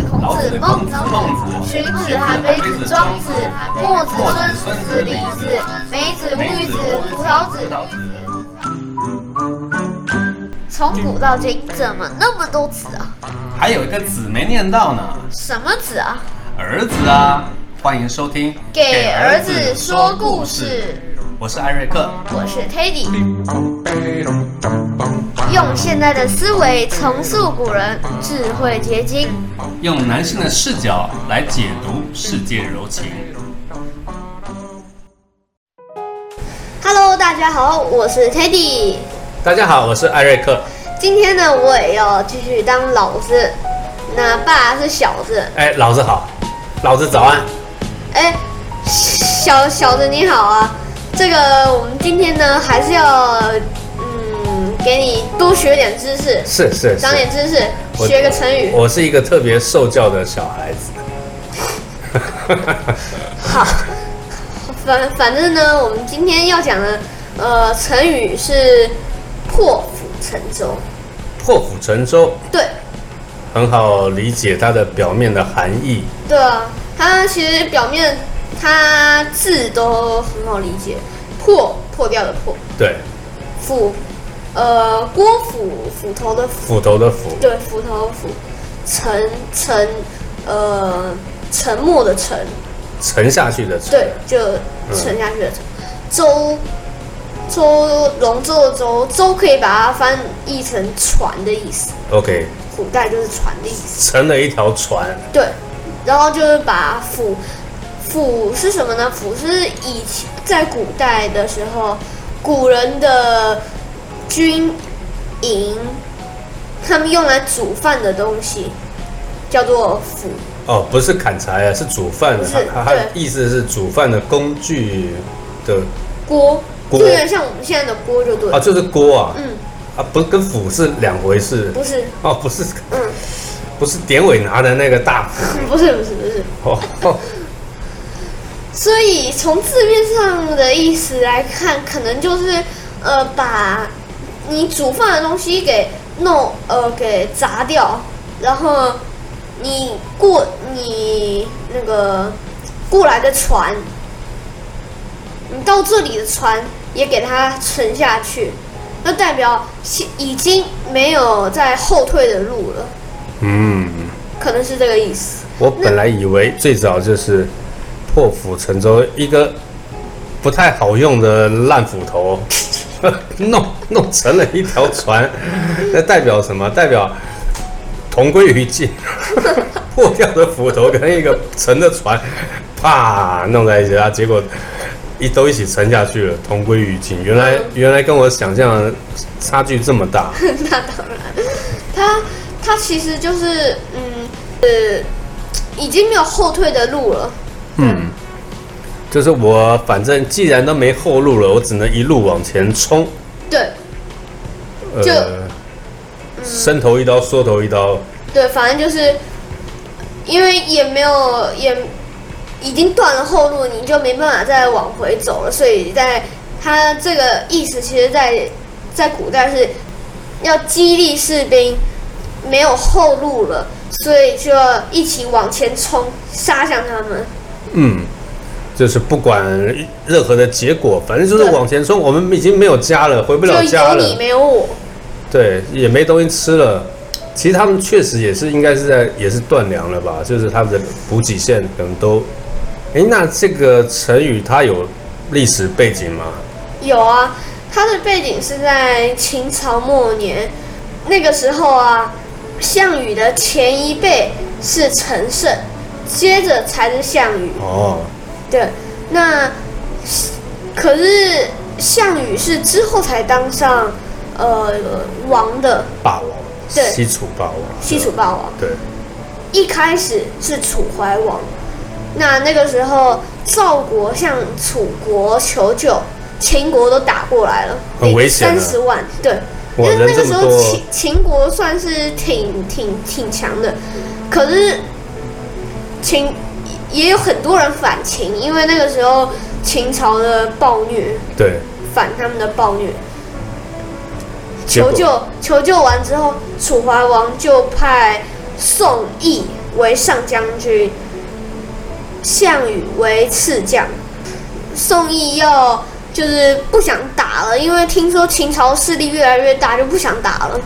孟子、荀子、韩非子、庄子、墨子、孙子、李子、梅子、木子、葡萄子。从古到今，怎么那么多子啊？还有一个子没念到呢，什么子啊？儿子啊！欢迎收听《给儿子说故事》，我是艾瑞克。我是 Teddy。用现代的思维重塑古人智慧结晶。用男性的视角来解读世界柔情。 Hello，大家好，我是 Teddy。大家好，我是艾瑞克。今天呢，我也要继续当老师。那爸是小子，哎，老子好，老子早安。哎，小小子你好啊。这个我们今天呢，还是要嗯，给你多学点知识，是是长点知是，识，我学个成语。我是一个特别受教的小孩子。好，反反正呢，我们今天要讲的呃成语是破釜沉舟。破釜沉舟对很好理解它的表面的含义，对啊，它其实表面它字都很好理解，破破掉的破，对，斧呃郭斧斧头的斧，斧头的斧，对斧头的斧，沉沉呃沉默的沉，沉下去的沉，对，就沉下去的沉。舟舟龙舟的舟，舟可以把它翻译成船的意思， ，OK，古代就是船的意思。沉了一条船，对，然后就是把斧斧是什么呢？斧是以前在古代的时候，古人的军营，他们用来煮饭的东西叫做斧。哦，不是砍柴啊，是煮饭的不是，它它的对意思是煮饭的工具的，锅，就锅有点像我们现在的锅就对啊，了。就是锅啊，嗯，啊，不跟斧是两回事，不是， 哦，不是，嗯，不是典韦拿的那个大 斧，不是，不是，不是。哦，所以从字面上的意思来看，可能就是呃把你煮饭的东西给弄呃给砸掉，然后你过你那个过来的船，你到这里的船也给它沉下去，那代表现已经没有在后退的路了，嗯。可能是这个意思。我本来以为最早就是破釜沉舟，一个不太好用的烂斧头， 弄弄成了一条船，那代表什么？代表同归于尽。破掉的斧头跟一个沉的船，啪弄在一起啊，结果一都一起沉下去了，同归于尽。原来原来跟我想象的差距这么大， 那当然，他他其实就是嗯呃，已经没有后退的路了。嗯，就是我反正既然都没后路了，我只能一路往前冲。对就嗯呃，伸头一刀，缩头一刀，对，反正就是因为也没有也已经断了后路，你就没办法再往回走了。所以在他这个意思，其实在，在古代是要激励士兵没有后路了，所以就要一起往前冲，杀向他们。嗯，就是不管任何的结果，反正就是对往前冲。我们已经没有家了，回不就了家有了，你没有我，对，也没东西吃了。其实他们确实也是，应该是在也是断粮了吧，就是他们的补给线可能都。诶，那这个成语它有历史背景吗？有啊，它的背景是在秦朝末年，那个时候啊，项羽的前一辈是陈胜，接着才是项羽。哦，对，那可是项羽是之后才当上呃王的霸王，对西楚霸王，西楚霸王，对，一开始是楚怀王。那那个时候，赵国向楚国求救，秦国都打过来了，很危险啊三十万，对，因哇为那人个这时么候多秦秦国算是挺挺挺强的，可是秦也有很多人反秦，因为那个时候秦朝的暴虐，对，反他们的暴虐，结求果救求救完之后，楚怀王就派宋义为上将军，项羽为次将。宋义又就是不想打了，因为听说秦朝势力越来越大，就不想打了，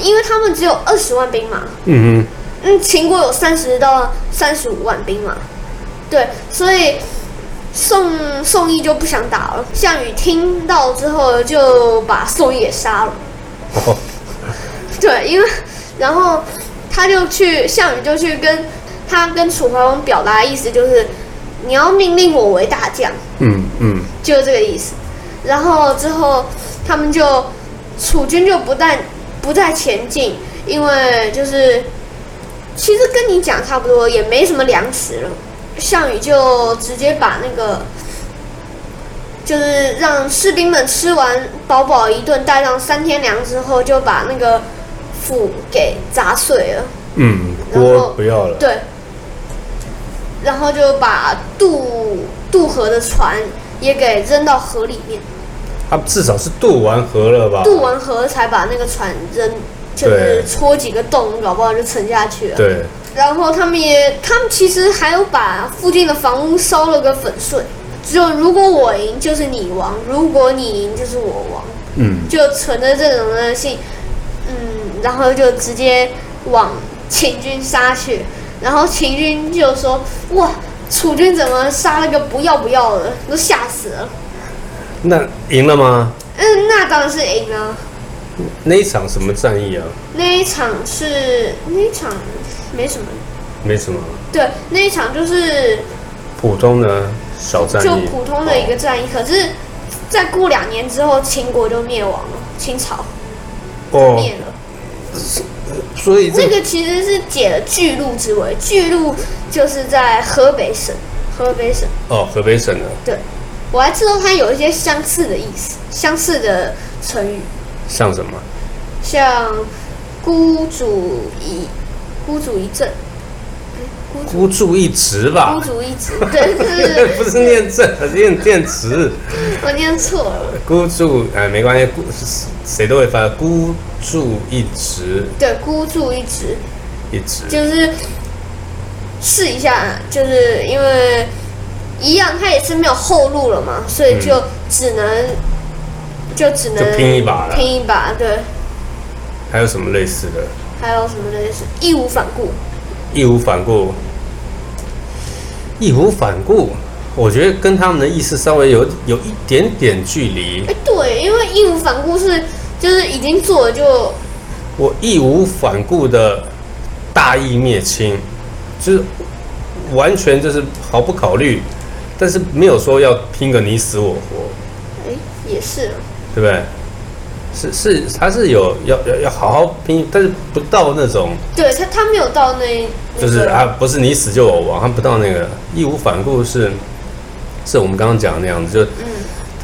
因为他们只有二十万兵马，嗯嗯，秦国有三十到三十五万兵马，对，所以宋宋义就不想打了。项羽听到之后就把宋义给杀了，哼，哦，对，因为然后他就去项羽就去跟他跟楚怀王表达的意思就是你要命令我为大将，嗯嗯，就是这个意思。然后之后他们就楚军就不但不再前进，因为就是其实跟你讲差不多，也没什么粮食了。项羽就直接把那个就是让士兵们吃完饱饱一顿，带上三天粮之后，就把那个釜给砸碎了。嗯，然后锅不要了，对，然后就把渡渡河的船也给扔到河里面，他啊至少是渡完河了吧？渡完河才把那个船扔，就是对戳几个洞，搞不好就沉下去了。对，然后他们也，他们其实还有把附近的房屋烧了个粉碎。就如果我赢，就是你亡；如果你赢，就是我亡。嗯就存着这种的信，嗯，然后就直接往秦军杀去。然后秦军就说：“哇，楚军怎么杀了个不要不要的，都吓死了。那赢了吗？”嗯，那当然是赢了。那一场什么战役啊？那一场是那一场没什么，没什么，对，那一场就是普通的小战役，就普通的一个战役。可是再过两年之后，秦国就灭亡了，秦朝哦，灭了。哦所以这这个其实是解了巨鹿之围，巨鹿就是在河北省，河北省。哦，河北省的，对，我还知道它有一些相似的意思，相似的成语，像什么？像孤注一孤注一掷，孤注一掷吧孤，注一掷。对，就是 不是念正，是念念词。我念错了。孤注，哎，没关系，孤谁都会发，孤注一掷，对，孤注一掷一掷。就是试一下，就是因为一样，它也是没有后路了嘛，所以就只能、就只能嗯就拼一把了拼一把。对，还有什么类似的？还有什么类似义无反顾？义无反顾，义无反顾，我觉得跟他们的意思稍微有有一点点距离。哎，对，因为义无反顾是就是已经做了就我义无反顾的大义灭亲，就是完全就是毫不考虑，但是没有说要拼个你死我活，哎也是啊，对不对？是是，他是有要要要好好拼，但是不到那种对他他没有到那就是那个啊，不是你死就我亡，他不到那个义无反顾是，是我们刚刚讲的那样子，就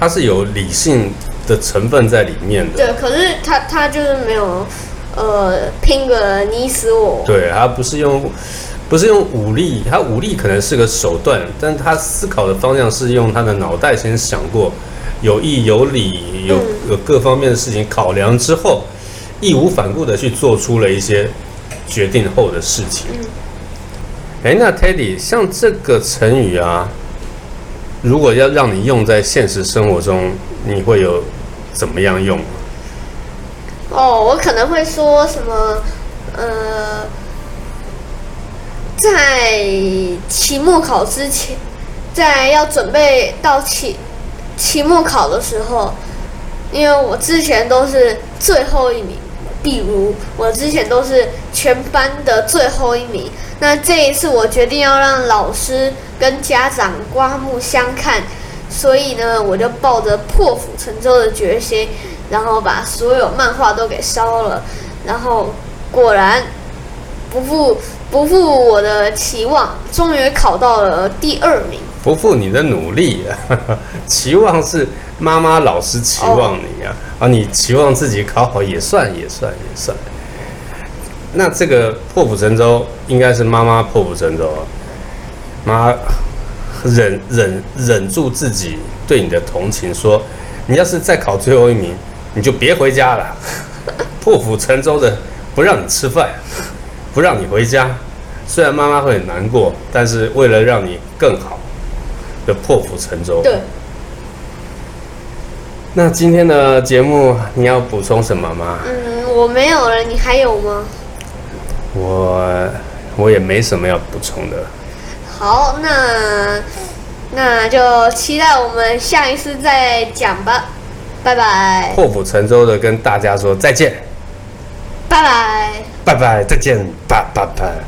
它是有理性的成分在里面的，对，可是他他就是没有呃拼个你死我活对，他不是用不是用武力，他武力可能是个手段，但他思考的方向是用他的脑袋先想过，有义有理有有各方面的事情考量之后，义无反顾的去做出了一些决定后的事情。哎，那 Teddy，像这个成语啊，如果要让你用在现实生活中，你会有怎么样用？哦，我可能会说什么呃，在期末考之前，在要准备到期期末考的时候，因为我之前都是最后一名，比如我之前都是全班的最后一名。那这一次我决定要让老师跟家长刮目相看，所以呢，我就抱着破釜沉舟的决心，然后把所有漫画都给烧了，然后果然不负不负我的期望，终于考到了第二名。不负你的努力、啊，期望是妈妈、老师期望你啊，啊，你期望自己考好也算，也算，也算。那这个破釜沉舟应该是妈妈破釜沉舟啊，妈忍忍忍住自己对你的同情说，你要是再考最后一名，你就别回家了，破釜沉舟的不让你吃饭，不让你回家，虽然妈妈会很难过，但是为了让你更好，就破釜沉舟。对，那今天的节目你要补充什么吗？嗯，我没有了，你还有吗？我我也没什么要补充的。好，那那就期待我们下一次再讲吧，拜拜，破釜沉舟的跟大家说再见，拜拜。拜拜，再见，拜拜拜。